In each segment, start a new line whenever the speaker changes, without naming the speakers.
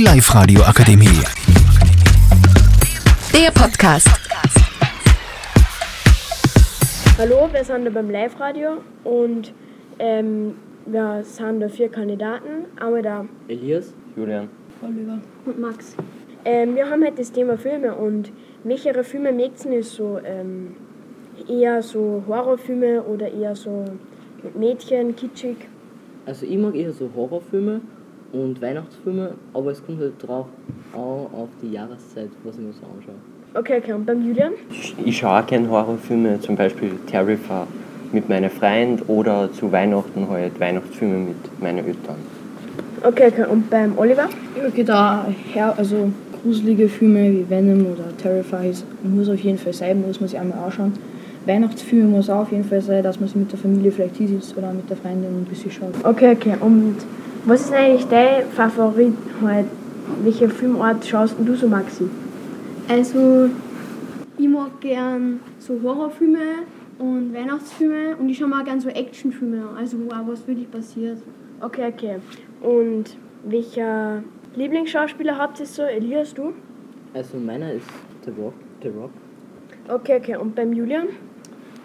Live Radio Akademie.
Der Podcast.
Hallo, wir sind da beim Live-Radio und ähm, wir sind da vier Kandidaten, einmal da.
Elias? Julian.
Und Max. Ähm, wir haben heute das Thema Filme und welche Filme mögt ihr so? Ähm, eher so Horrorfilme oder eher so mit Mädchen, kitschig?
Also ich mag eher so Horrorfilme und Weihnachtsfilme, aber es kommt halt drauf auch auf die Jahreszeit, was ich mir so anschaue.
Okay, okay, und beim Julian?
Ich schaue auch gerne Horrorfilme, zum Beispiel Terrifier mit meinen Freunden oder zu Weihnachten halt Weihnachtsfilme mit meinen Eltern.
Okay, okay, und beim Oliver?
Okay, da her, also gruselige Filme wie Venom oder Terrify ist- muss auf jeden Fall sein, muss man sich einmal anschauen. Weihnachtsfilme muss auch auf jeden Fall sein, dass man sich mit der Familie vielleicht hinsetzt oder mit der Freundin ein bisschen schaut.
Okay, okay, und was ist eigentlich dein Favorit heute? Welche Filmart schaust du so, Maxi?
Also, ich mag gern so Horrorfilme und Weihnachtsfilme und ich schaue mir auch gern so Actionfilme an, also wo auch was wirklich passiert.
Okay, okay. Und welcher Lieblingsschauspieler habt ihr so? Elias, du?
Also meiner ist The Rock. The Rock.
Okay, okay. Und beim Julian?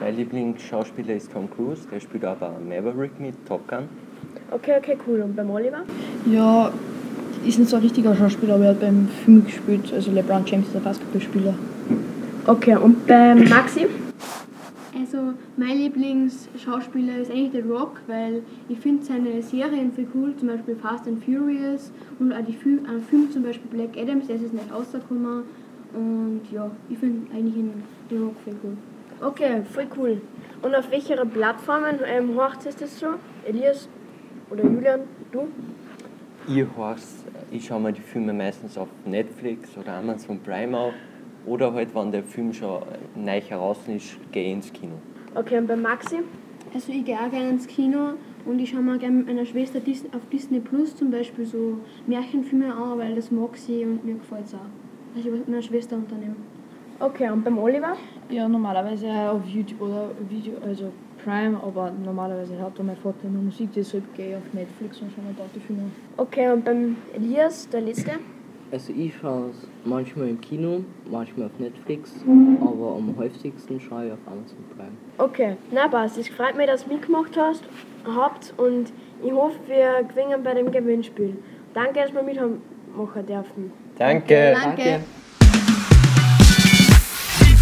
Mein Lieblingsschauspieler ist Tom Cruise, der spielt aber Maverick mit, Top Gun.
Okay, okay, cool. Und beim Oliver?
Ja, ist nicht so ein richtiger Schauspieler, aber er hat beim Film gespielt, also LeBron James, der Basketballspieler.
Okay, und beim Maxi?
Also, mein Lieblingsschauspieler ist eigentlich der Rock, weil ich finde seine Serien viel cool, zum Beispiel Fast and Furious und auch die Film, einen Film zum Beispiel Black Adams, der ist jetzt nicht rausgekommen und ja, ich finde eigentlich ihn- den Rock viel cool.
Okay, voll cool. Und auf welcher Plattformen ähm, horcht ihr das so? Elias oder Julian? Du?
Ich, horch's- ich schaue mir die Filme meistens auf Netflix oder Amazon Prime an oder halt, wenn der Film schon neu heraus ist, gehe ich ins Kino.
Okay, und beim Maxi?
Also ich gehe auch gerne ins Kino und ich schaue mir gerne mit meiner Schwester Dis- auf Disney Plus zum Beispiel so Märchenfilme an, weil das mag sie und mir gefällt es auch. Also ich was mit meiner Schwester unternehmen.
Okay, und beim Oliver?
Ja, normalerweise halt auf YouTube oder Video, also Prime, aber normalerweise hat da mein Vater immer Musik, deshalb gehe ich auf Netflix und schaue mir dort die Filme an.
Okay, und beim Elias, der letzte?
Also ich schaue es manchmal im Kino, manchmal auf Netflix, aber am häufigsten schaue ich auf Amazon Prime.
Okay, na passt. Es freut mich, dass ihr mitgemacht hast, habt und ich hoffe, wir gewinnen bei dem Gewinnspiel. Danke, dass wir mitmachen dürfen.
Danke!
Danke.